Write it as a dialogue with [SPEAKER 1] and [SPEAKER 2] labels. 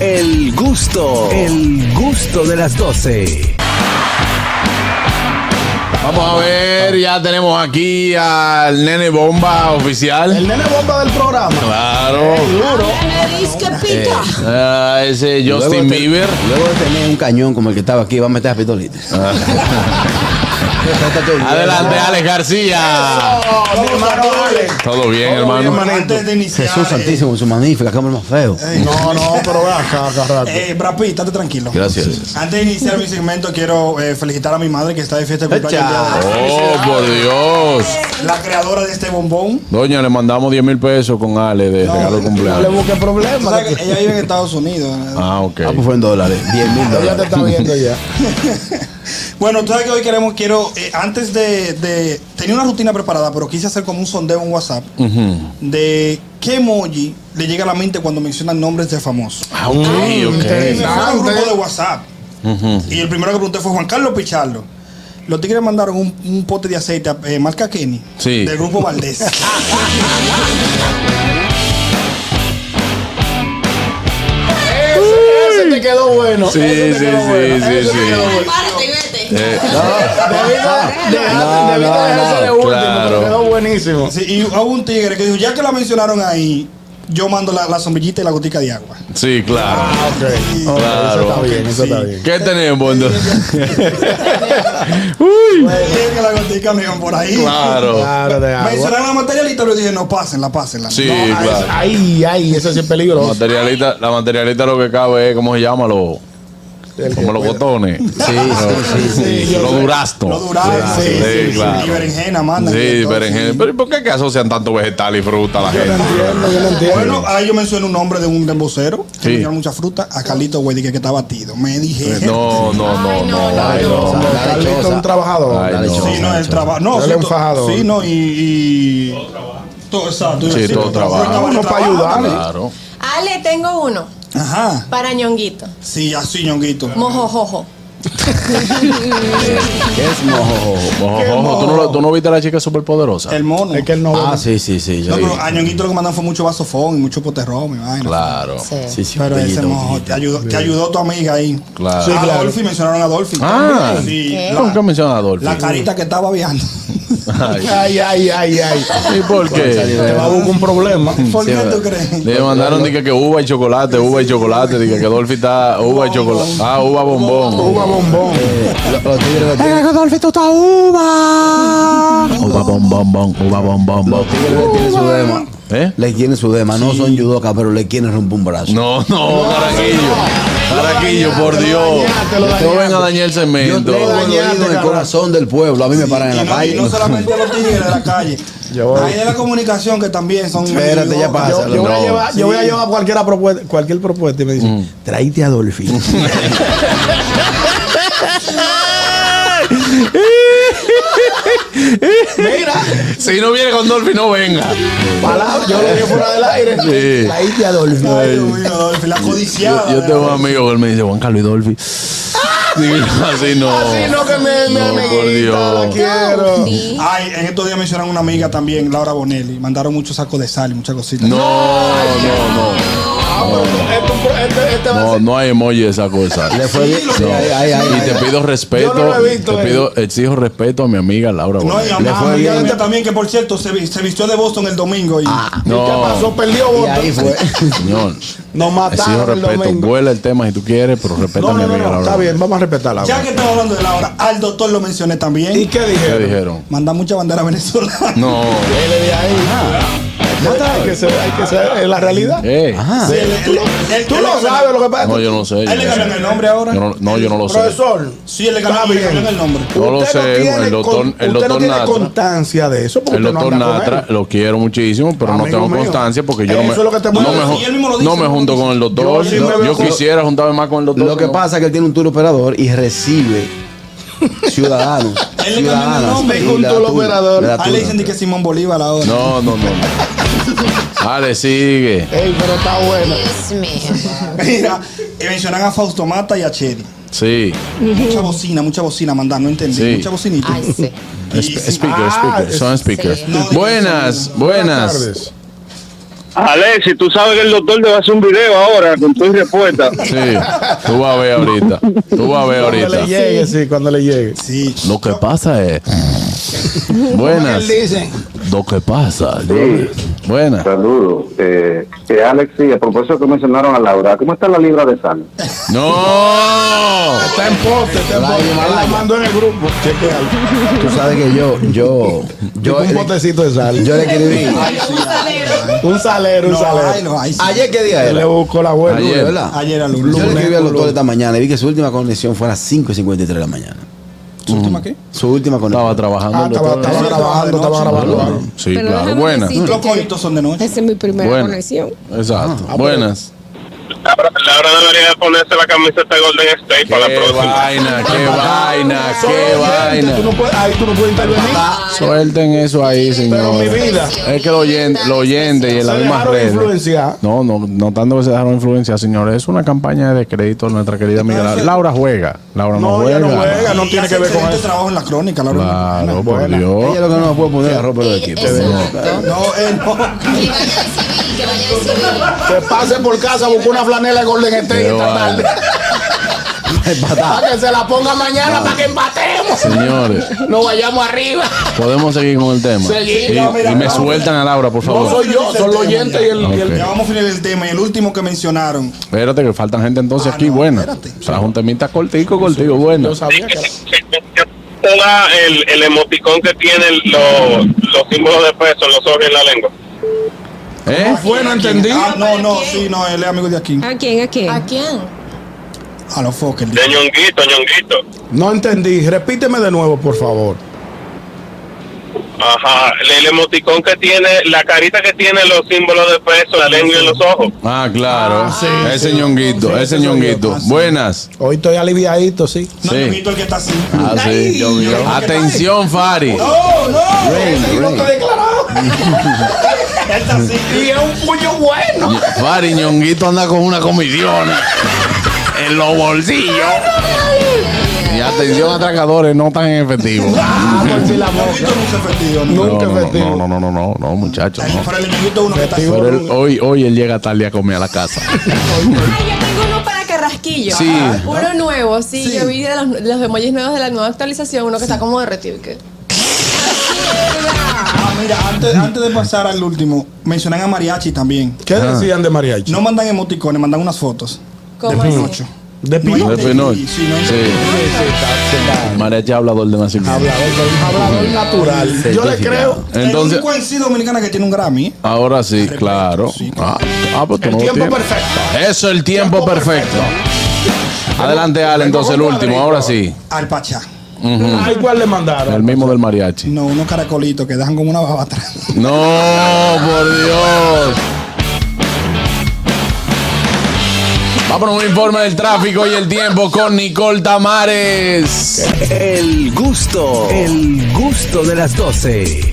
[SPEAKER 1] El gusto, el gusto de las 12.
[SPEAKER 2] Vamos a ver, ya tenemos aquí al nene bomba oficial.
[SPEAKER 3] El nene bomba del programa.
[SPEAKER 2] Claro.
[SPEAKER 3] Duro.
[SPEAKER 2] Ah, ese Justin
[SPEAKER 4] Luego te-
[SPEAKER 2] Bieber.
[SPEAKER 4] Luego de tener un cañón como el que estaba aquí, va a meter a pistolitas.
[SPEAKER 2] Adelante, Alex García.
[SPEAKER 3] Mi hermano Alex.
[SPEAKER 2] Todo bien,
[SPEAKER 3] Oye,
[SPEAKER 2] hermano.
[SPEAKER 3] manito, Antes de iniciar.
[SPEAKER 4] Jesús
[SPEAKER 3] eh,
[SPEAKER 4] Santísimo, su magnífica, cómo el más feo.
[SPEAKER 3] No, no, pero ve acá, carajo. Eh, Brapi, estate tranquilo.
[SPEAKER 2] Gracias.
[SPEAKER 3] Antes de iniciar mi segmento, quiero eh, felicitar a mi madre que está de fiesta de cumpleaños. el día de hoy.
[SPEAKER 2] Oh, por Dios.
[SPEAKER 3] La creadora de este bombón.
[SPEAKER 2] Doña, le mandamos 10 mil pesos con Ale de regalo de cumpleaños.
[SPEAKER 3] busque problemas. ella vive en Estados Unidos. eh.
[SPEAKER 2] Ah, ok.
[SPEAKER 4] Ah, pues fueron dólares, 10 mil
[SPEAKER 5] Ya te
[SPEAKER 4] dólares.
[SPEAKER 5] está viendo ya.
[SPEAKER 3] Bueno, tú sabes que hoy queremos, quiero, eh, antes de, de- Tenía una rutina preparada, pero quise hacer como un sondeo en WhatsApp de qué emoji le llega a la mente cuando mencionan nombres de famosos.
[SPEAKER 2] Ah, ok,
[SPEAKER 3] Y me
[SPEAKER 2] ok.
[SPEAKER 3] fui a un grupo de
[SPEAKER 5] Interesante.
[SPEAKER 3] WhatsApp. Y el primero que pregunté fue Juan Carlos Pichardo. Los tigres mandaron un, un pote de aceite a- eh, marca Kenny
[SPEAKER 2] Sí.
[SPEAKER 3] del grupo Valdés.
[SPEAKER 5] Ese te quedó bueno.
[SPEAKER 2] Sí,
[SPEAKER 5] Ese te
[SPEAKER 2] sí,
[SPEAKER 5] quedó
[SPEAKER 2] sí,
[SPEAKER 5] bueno.
[SPEAKER 2] sí, sí.
[SPEAKER 5] Ese te quedó bueno.
[SPEAKER 6] Párate y vete.
[SPEAKER 2] Eh,
[SPEAKER 5] Debiste
[SPEAKER 4] No,
[SPEAKER 5] dejar-
[SPEAKER 4] no,
[SPEAKER 5] debiste dejar
[SPEAKER 4] no,
[SPEAKER 5] ese de último.
[SPEAKER 2] claro.
[SPEAKER 5] pero Quedó buenísimo.
[SPEAKER 3] Sí, y hubo un tigre que dijo, ya que la mencionaron ahí, yo mando la, la sombrillita y la gotica de agua.
[SPEAKER 2] sí, claro.
[SPEAKER 5] Ah, ok. Ok,
[SPEAKER 2] Oh, Claro.
[SPEAKER 5] Eso está bien, eso
[SPEAKER 3] Sí.
[SPEAKER 5] está bien.
[SPEAKER 2] ¿Qué tenemos entonces?
[SPEAKER 3] Y es Pues, que la gotica me iban por ahí.
[SPEAKER 2] Claro.
[SPEAKER 5] Claro, de agua.
[SPEAKER 3] Mencionaron la materialita, pero yo dije, no, pásenla, pásenla.
[SPEAKER 2] Sí,
[SPEAKER 5] No, ay,
[SPEAKER 2] claro.
[SPEAKER 5] Ay, ay, eso sí es
[SPEAKER 2] La
[SPEAKER 5] peligroso.
[SPEAKER 2] materialita, la materialita lo que cabe es, ¿cómo se llama? Lo,
[SPEAKER 5] El que
[SPEAKER 2] como los
[SPEAKER 5] pueda.
[SPEAKER 2] botones.
[SPEAKER 4] Sí, sí, sí.
[SPEAKER 2] Lo durasto.
[SPEAKER 3] Lo duraron,
[SPEAKER 2] Sí,
[SPEAKER 3] sí, sí, sí.
[SPEAKER 2] claro.
[SPEAKER 3] Y berenjena, mandan. y
[SPEAKER 2] Sí,
[SPEAKER 3] entonces-
[SPEAKER 2] berenjena. Pero ¿y ¿por qué que asocian tanto vegetal y fruta a la
[SPEAKER 5] Yo no
[SPEAKER 2] gente?
[SPEAKER 5] entiendo, yo no entiendo.
[SPEAKER 3] Bueno, ahí yo mencioné un nombre de un dembocero que
[SPEAKER 2] Sí.
[SPEAKER 3] me dieron mucha fruta. A Carlito Güey dije que está batido. Me dije.
[SPEAKER 2] No, no, no,
[SPEAKER 6] Ay,
[SPEAKER 2] no.
[SPEAKER 6] no, no,
[SPEAKER 2] ay,
[SPEAKER 6] no.
[SPEAKER 2] no.
[SPEAKER 4] La
[SPEAKER 5] Carlito es
[SPEAKER 4] lechosa.
[SPEAKER 5] un trabajador.
[SPEAKER 2] Ay, no.
[SPEAKER 3] Sí, no, el trabajo. No,
[SPEAKER 5] Dale
[SPEAKER 3] sí,
[SPEAKER 5] un
[SPEAKER 3] to-
[SPEAKER 5] fajador.
[SPEAKER 3] Sí, no, y. y- Todo, exacto.
[SPEAKER 2] Sí, todo trabajo.
[SPEAKER 5] Uno para ayudarle.
[SPEAKER 2] Claro.
[SPEAKER 6] Ale, tengo uno
[SPEAKER 3] Ajá.
[SPEAKER 6] para ñonguito.
[SPEAKER 3] Sí, así, ñonguito.
[SPEAKER 6] Mojojojo.
[SPEAKER 4] ¿Qué es mojo?
[SPEAKER 2] Ojo, ojo, ¿tú no, lo- tú no viste a la chica superpoderosa?
[SPEAKER 3] El mono.
[SPEAKER 5] Es que él no
[SPEAKER 4] Ah,
[SPEAKER 5] ve.
[SPEAKER 4] sí, sí, sí.
[SPEAKER 3] No,
[SPEAKER 4] Yo
[SPEAKER 3] pero a ñonguito lo que mandan fue mucho vasofón y mucho poterrón mi vaina.
[SPEAKER 2] Claro,
[SPEAKER 4] sí, sí,
[SPEAKER 3] Pero ese
[SPEAKER 4] pellito,
[SPEAKER 3] mojo te
[SPEAKER 4] pellito.
[SPEAKER 3] ayudó, te ayudó tu amiga ahí.
[SPEAKER 2] claro.
[SPEAKER 5] Sí,
[SPEAKER 3] a
[SPEAKER 5] claro.
[SPEAKER 3] Dolphy, mencionaron a Dolphy.
[SPEAKER 2] Ah,
[SPEAKER 3] sí.
[SPEAKER 6] ¿Qué?
[SPEAKER 3] La,
[SPEAKER 2] ¿Cómo que menciona a Adolfo?
[SPEAKER 3] la carita que estaba viajando.
[SPEAKER 2] Ay,
[SPEAKER 5] Ay, ay, ay, ay.
[SPEAKER 2] ¿Y por
[SPEAKER 5] Te va a
[SPEAKER 2] qué?
[SPEAKER 5] buscar un problema.
[SPEAKER 3] ¿Por qué
[SPEAKER 4] Sí,
[SPEAKER 3] tú crees?
[SPEAKER 2] Le mandaron dije, que uva y chocolate, uva y chocolate, dije que Dolphy está uva y chocolate. Ah, uva bombón.
[SPEAKER 5] Uva bombón.
[SPEAKER 4] Los tigres que tienen-
[SPEAKER 2] Uva bombón, bombón, uva bombón,
[SPEAKER 4] los tigres que tienen su dema.
[SPEAKER 2] ¿Eh?
[SPEAKER 4] Le quieren su dema, no son yudoka, pero le quieren romper un brazo.
[SPEAKER 2] No, no, Caraquillo. Caraquillo, por Dios.
[SPEAKER 5] dañaste, lo
[SPEAKER 2] No ven a dañar el
[SPEAKER 4] Yo
[SPEAKER 2] cemento.
[SPEAKER 4] tengo
[SPEAKER 5] dañaste,
[SPEAKER 4] dolido en el
[SPEAKER 5] carajo.
[SPEAKER 4] corazón del pueblo, a mí me paran en
[SPEAKER 3] y
[SPEAKER 4] la
[SPEAKER 3] no, y
[SPEAKER 4] calle.
[SPEAKER 3] no solamente a los tigres de la calle.
[SPEAKER 5] Yo voy.
[SPEAKER 3] Hay de la comunicación que también son.
[SPEAKER 4] Espérate, ya pasa.
[SPEAKER 5] Yo, yo voy a
[SPEAKER 2] No. Mm.
[SPEAKER 5] llevar, yo voy a llevar cualquiera propuesta, cualquier propuesta y me dicen, tráete a Dolphy. Mira,
[SPEAKER 2] Si no viene con Dolphy, no venga.
[SPEAKER 5] palabra, yo lo dije fuera del aire.
[SPEAKER 2] Sí.
[SPEAKER 5] Tráete a Dolphy.
[SPEAKER 3] Ay, Dios mío, Dolphy, la codiciada.
[SPEAKER 2] Yo, yo
[SPEAKER 3] de
[SPEAKER 2] tengo
[SPEAKER 3] la-
[SPEAKER 2] un amigo que él me dice, Juan Carlos y Dolphy. Digo, así no.
[SPEAKER 5] Así no que me, me
[SPEAKER 2] No, por
[SPEAKER 5] amiguita, la
[SPEAKER 2] Dios.
[SPEAKER 5] quiero.
[SPEAKER 6] Sí.
[SPEAKER 3] Ay, en estos días mencionaron una amiga también, Laura Bonelli. Mandaron muchos sacos de sal y muchas cositas.
[SPEAKER 2] No, no,
[SPEAKER 5] Ah, pero este- este- este va a
[SPEAKER 2] no. No,
[SPEAKER 5] ser-
[SPEAKER 2] no hay emoji de esa cosa.
[SPEAKER 4] Le fue bien. Sí, ay, ay, ay,
[SPEAKER 2] Y te
[SPEAKER 4] ay.
[SPEAKER 2] pido respeto.
[SPEAKER 5] Yo no lo he visto,
[SPEAKER 2] te
[SPEAKER 5] eh.
[SPEAKER 2] pido, exijo respeto a mi amiga Laura.
[SPEAKER 3] No, y
[SPEAKER 2] Bonet.
[SPEAKER 3] a
[SPEAKER 4] Le
[SPEAKER 3] una
[SPEAKER 4] fue
[SPEAKER 3] amiga
[SPEAKER 4] bien.
[SPEAKER 3] mía también, que por cierto, se, vi- se vistió de Boston el domingo. Y,
[SPEAKER 2] Ah,
[SPEAKER 5] ¿Y ¿Qué pasó? Perdió
[SPEAKER 4] Y
[SPEAKER 5] voto.
[SPEAKER 4] ahí fue.
[SPEAKER 2] Señor,
[SPEAKER 5] Nos
[SPEAKER 2] exijo
[SPEAKER 5] mataron el
[SPEAKER 2] respeto.
[SPEAKER 5] domingo.
[SPEAKER 2] Vuela el tema si tú quieres, pero respeta
[SPEAKER 5] No,
[SPEAKER 2] a mi
[SPEAKER 5] no, no,
[SPEAKER 2] amiga
[SPEAKER 5] no,
[SPEAKER 2] Laura.
[SPEAKER 5] está
[SPEAKER 2] Bonet.
[SPEAKER 5] bien, vamos a respetarla.
[SPEAKER 3] ya que estamos hablando de Laura, al doctor lo mencioné
[SPEAKER 5] ¿Y
[SPEAKER 3] también.
[SPEAKER 5] qué
[SPEAKER 2] ¿Qué
[SPEAKER 5] dijeron?
[SPEAKER 2] dijeron?
[SPEAKER 3] Manda mucha bandera venezolana. Ah,
[SPEAKER 2] No.
[SPEAKER 5] Él de ahí. Hay que ser, hay que ser es la realidad.
[SPEAKER 2] Eh.
[SPEAKER 4] Ajá.
[SPEAKER 3] Sí, él- él- él-
[SPEAKER 5] Tú
[SPEAKER 3] él-
[SPEAKER 5] lo
[SPEAKER 3] él-
[SPEAKER 5] sabes lo que pasa.
[SPEAKER 2] No, yo no sé.
[SPEAKER 3] Él
[SPEAKER 2] yo
[SPEAKER 3] le
[SPEAKER 2] no sé.
[SPEAKER 3] cambió el nombre ahora.
[SPEAKER 2] Yo no, no, yo no lo sé.
[SPEAKER 5] Profesor.
[SPEAKER 3] Sí, él le
[SPEAKER 5] está
[SPEAKER 3] cambió le
[SPEAKER 5] bien.
[SPEAKER 3] cambió el nombre.
[SPEAKER 2] No lo
[SPEAKER 5] Usted
[SPEAKER 2] sé,
[SPEAKER 5] tiene
[SPEAKER 2] el doctor-
[SPEAKER 5] con-
[SPEAKER 2] el
[SPEAKER 5] usted
[SPEAKER 2] doctor
[SPEAKER 5] no tiene
[SPEAKER 2] Natra.
[SPEAKER 5] constancia de eso porque
[SPEAKER 2] El
[SPEAKER 5] usted no
[SPEAKER 2] doctor
[SPEAKER 5] anda con
[SPEAKER 2] Natra
[SPEAKER 5] él.
[SPEAKER 2] lo quiero muchísimo, pero no
[SPEAKER 5] Amigo
[SPEAKER 2] tengo
[SPEAKER 5] mío.
[SPEAKER 2] constancia porque yo no me,
[SPEAKER 5] Eso es lo que te
[SPEAKER 2] no
[SPEAKER 5] mueve.
[SPEAKER 2] me,
[SPEAKER 3] Sí, él mismo lo dice,
[SPEAKER 2] no me
[SPEAKER 3] él mismo
[SPEAKER 2] junto
[SPEAKER 3] lo
[SPEAKER 2] con el doctor. Yo,
[SPEAKER 5] Yo sí me veo con-
[SPEAKER 2] quisiera juntarme más con el doctor.
[SPEAKER 4] Lo que
[SPEAKER 2] no.
[SPEAKER 4] pasa es que él tiene un tour operador y recibe ciudadanos.
[SPEAKER 3] Él le cambió el
[SPEAKER 4] ciudadanas,
[SPEAKER 3] nombre,
[SPEAKER 4] y
[SPEAKER 3] dijo
[SPEAKER 5] un
[SPEAKER 4] le da
[SPEAKER 5] tour
[SPEAKER 4] tour,
[SPEAKER 5] operador.
[SPEAKER 4] le da
[SPEAKER 3] Ahí
[SPEAKER 4] tour.
[SPEAKER 3] Ah, le dicen de que Simón Bolívar ahora.
[SPEAKER 2] No, no, no. no. Dale, sigue.
[SPEAKER 5] Ey, pero está bueno.
[SPEAKER 6] Dios mío.
[SPEAKER 3] Mira, eh, mencionan a Fausto Mata y a Chedi.
[SPEAKER 2] Sí.
[SPEAKER 3] Mucha bocina, mucha bocina, mandar, no entendí.
[SPEAKER 2] Sí.
[SPEAKER 3] Mucha bocinita.
[SPEAKER 6] Ay, sí.
[SPEAKER 3] Y
[SPEAKER 2] Sp-
[SPEAKER 3] sí.
[SPEAKER 2] Speaker,
[SPEAKER 5] Ah,
[SPEAKER 2] speaker.
[SPEAKER 5] es-
[SPEAKER 2] Son speakers.
[SPEAKER 6] sí. No,
[SPEAKER 2] Buenas, buenas.
[SPEAKER 5] tardes.
[SPEAKER 7] Alexi, tú sabes que el doctor te va a hacer un video ahora con tus respuestas.
[SPEAKER 2] Sí, tú vas a ver ahorita. Tú vas a ver
[SPEAKER 5] Cuando le
[SPEAKER 2] ahorita.
[SPEAKER 5] llegue, sí, cuando le llegue.
[SPEAKER 3] Sí.
[SPEAKER 2] Lo que pasa es. Buenas. Lo que pasa. yo- Buenas.
[SPEAKER 8] Saludos. Eh, eh, Alex, sí, a propósito que mencionaron a Laura, ¿cómo está la libra de sal?
[SPEAKER 2] ¡No!
[SPEAKER 5] Está en poste, está en
[SPEAKER 4] La
[SPEAKER 5] poste.
[SPEAKER 4] Himalaya.
[SPEAKER 5] Él La mandó en el grupo. Chequealo.
[SPEAKER 4] Tú sabes que yo, yo, yo,
[SPEAKER 2] eh,
[SPEAKER 5] un botecito de sal.
[SPEAKER 4] yo le escribí.
[SPEAKER 5] un salero, un
[SPEAKER 3] No,
[SPEAKER 5] salero.
[SPEAKER 3] ay, no, ay, sí.
[SPEAKER 4] Ayer qué día
[SPEAKER 5] Él le
[SPEAKER 4] era.
[SPEAKER 5] buscó la vuelta. Ah,
[SPEAKER 2] Ayer.
[SPEAKER 4] ¿verdad?
[SPEAKER 3] Ayer era lunes.
[SPEAKER 4] Yo le escribí al
[SPEAKER 3] Lunes,
[SPEAKER 4] doctor
[SPEAKER 3] lunes.
[SPEAKER 4] esta mañana y vi que su última conexión fue a las 5.53 de la mañana.
[SPEAKER 3] ¿Su última qué?
[SPEAKER 5] Mm.
[SPEAKER 4] Su última conexión.
[SPEAKER 2] Estaba trabajando
[SPEAKER 5] Ah,
[SPEAKER 2] el
[SPEAKER 5] estaba,
[SPEAKER 2] doctor.
[SPEAKER 5] estaba
[SPEAKER 3] Sí,
[SPEAKER 5] grabando,
[SPEAKER 3] estaba
[SPEAKER 5] estaba
[SPEAKER 3] de noche.
[SPEAKER 5] grabando.
[SPEAKER 2] Sí,
[SPEAKER 9] Pero
[SPEAKER 2] claro.
[SPEAKER 9] déjame
[SPEAKER 2] Buenas.
[SPEAKER 9] decirte
[SPEAKER 3] Los
[SPEAKER 9] que
[SPEAKER 3] coitos son de noche.
[SPEAKER 9] Esa es mi primera
[SPEAKER 2] Buenas.
[SPEAKER 9] conexión.
[SPEAKER 2] Exacto.
[SPEAKER 5] Ah,
[SPEAKER 2] Buenas.
[SPEAKER 7] Laura, Laura debería de ponerse la camiseta de Golden State para la
[SPEAKER 2] Qué
[SPEAKER 7] próxima.
[SPEAKER 2] vaina, qué vaina, qué
[SPEAKER 5] Tú no
[SPEAKER 2] vaina.
[SPEAKER 5] puedes, ahí tú no puedes intervenir.
[SPEAKER 2] Suelten eso ahí,
[SPEAKER 5] Pero mi
[SPEAKER 2] señor.
[SPEAKER 5] vida.
[SPEAKER 2] Es que lo oyente, lo oyente y en
[SPEAKER 5] Se
[SPEAKER 2] las mismas
[SPEAKER 5] dejaron
[SPEAKER 2] redes.
[SPEAKER 5] influenciar.
[SPEAKER 2] No, no, no tanto que se dejaron influenciar, señores. Es una campaña de crédito de nuestra querida amiga. Laura juega. Laura no,
[SPEAKER 5] No,
[SPEAKER 2] juega.
[SPEAKER 5] ella no juega, no
[SPEAKER 3] Y
[SPEAKER 5] tiene
[SPEAKER 3] hace
[SPEAKER 5] que ver con
[SPEAKER 3] excelente
[SPEAKER 5] eso.
[SPEAKER 3] trabajo en la crónica, Laura.
[SPEAKER 2] Claro, por
[SPEAKER 5] Buena.
[SPEAKER 4] Ella
[SPEAKER 2] Dios.
[SPEAKER 4] lo que no nos puede poner es la ropa del equipo.
[SPEAKER 6] Exacto.
[SPEAKER 3] No, eh, no.
[SPEAKER 9] Que vaya a exhibir, que vaya a exhibir.
[SPEAKER 5] Que pase por casa, busque una flanela de Golden State
[SPEAKER 2] Qué
[SPEAKER 5] esta
[SPEAKER 2] vaina.
[SPEAKER 5] tarde. Para que se la ponga mañana para que empatemos.
[SPEAKER 2] Señores,
[SPEAKER 5] Nos vayamos arriba.
[SPEAKER 2] podemos seguir con el tema.
[SPEAKER 5] Seguimos,
[SPEAKER 2] Y, y me sueltan a Laura, por
[SPEAKER 5] No
[SPEAKER 2] favor.
[SPEAKER 5] soy yo, son los oyentes y el. y el-
[SPEAKER 3] Ya vamos a finalizar el tema. Y el último que mencionaron.
[SPEAKER 2] Espérate, que faltan gente entonces
[SPEAKER 3] Ah,
[SPEAKER 2] aquí.
[SPEAKER 3] no,
[SPEAKER 2] Buena.
[SPEAKER 3] espérate.
[SPEAKER 2] Trajo un temita cortico, cortico. Bueno.
[SPEAKER 5] Yo sabía que.
[SPEAKER 7] Toda el, el emoticón que tienen los, los símbolos de peso en los ojos y en la lengua.
[SPEAKER 2] ¿Eh?
[SPEAKER 5] Bueno, entendí.
[SPEAKER 3] Ah, no, no, sí, no, él es amigo de aquí.
[SPEAKER 9] ¿A quién? ¿A quién?
[SPEAKER 6] ¿A quién?
[SPEAKER 3] A los Fokker.
[SPEAKER 7] De ñonguito, ñonguito.
[SPEAKER 5] No entendí. Repíteme de nuevo, por favor.
[SPEAKER 7] Ajá, el, el emoticón que tiene, la carita que tiene los símbolos de peso, la lengua y en los ojos.
[SPEAKER 2] Ah, claro.
[SPEAKER 5] Ah, sí,
[SPEAKER 2] ese
[SPEAKER 5] sí.
[SPEAKER 2] ñonguito,
[SPEAKER 5] Sí,
[SPEAKER 2] ese
[SPEAKER 5] ese soy
[SPEAKER 2] ñonguito.
[SPEAKER 5] yo. Ah, sí.
[SPEAKER 2] Buenas.
[SPEAKER 5] Hoy estoy aliviadito, sí.
[SPEAKER 3] No,
[SPEAKER 2] Sí.
[SPEAKER 3] Ñonguito, el que está así.
[SPEAKER 2] Ah, sí.
[SPEAKER 3] Ay, Ñonguito,
[SPEAKER 2] Atención, Fari.
[SPEAKER 3] No, no.
[SPEAKER 4] Rain, rain.
[SPEAKER 3] Él está así.
[SPEAKER 5] Y es un puño bueno.
[SPEAKER 2] Fari, ñonguito anda con una comisión en los bolsillos. Y atención, atracadores no tan efectivos.
[SPEAKER 5] Ah, por si la boca.
[SPEAKER 3] Ñonguito no se efectivo, ¿no?
[SPEAKER 5] Nunca
[SPEAKER 2] No, no,
[SPEAKER 5] efectivo.
[SPEAKER 2] no, no, no, no, no, no, muchachos. no.
[SPEAKER 3] Para el Ñonguito uno que está así.
[SPEAKER 2] Pero él- hoy, hoy él llega tarde a comer a la casa.
[SPEAKER 6] Ay, yo tengo uno para Carrasquillo. Ah,
[SPEAKER 2] Sí.
[SPEAKER 6] Uno nuevo, sí.
[SPEAKER 3] Sí.
[SPEAKER 6] Yo vi de los, los emojis nuevos de la nueva actualización, uno que está como derretido. que-
[SPEAKER 3] Ah, mira, antes, antes de pasar al último, mencionan a Mariachi también.
[SPEAKER 5] ¿Qué
[SPEAKER 2] Ah.
[SPEAKER 5] decían de mariachi?
[SPEAKER 3] No mandan emoticones, mandan unas fotos.
[SPEAKER 6] ¿Cómo así?
[SPEAKER 5] De
[SPEAKER 3] No hay
[SPEAKER 5] pino.
[SPEAKER 2] De Pinoy.
[SPEAKER 3] Sí, no hay-
[SPEAKER 2] Mariachi hablador de nacimiento.
[SPEAKER 5] Hablador, hablador natural. Yo le creo.
[SPEAKER 3] el
[SPEAKER 2] Entonces,
[SPEAKER 3] único en sí dominicana que tiene un Grammy. ¿eh?
[SPEAKER 2] ahora sí, claro. Ah, ah, pues tú no
[SPEAKER 5] El
[SPEAKER 2] lo
[SPEAKER 5] tiempo
[SPEAKER 2] tienes.
[SPEAKER 5] perfecto.
[SPEAKER 2] Eso es el tiempo perfecto. Adelante, Ale, entonces el último, ahora sí.
[SPEAKER 3] Al Pachá.
[SPEAKER 5] Ay, ¿cuál le mandaron?
[SPEAKER 2] El mismo del mariachi.
[SPEAKER 3] No, unos caracolitos que dejan como una baba atrás.
[SPEAKER 2] No, por Dios. Vamos a un informe del tráfico y el tiempo con Nicole Tamares.
[SPEAKER 1] El gusto, el gusto de las 12.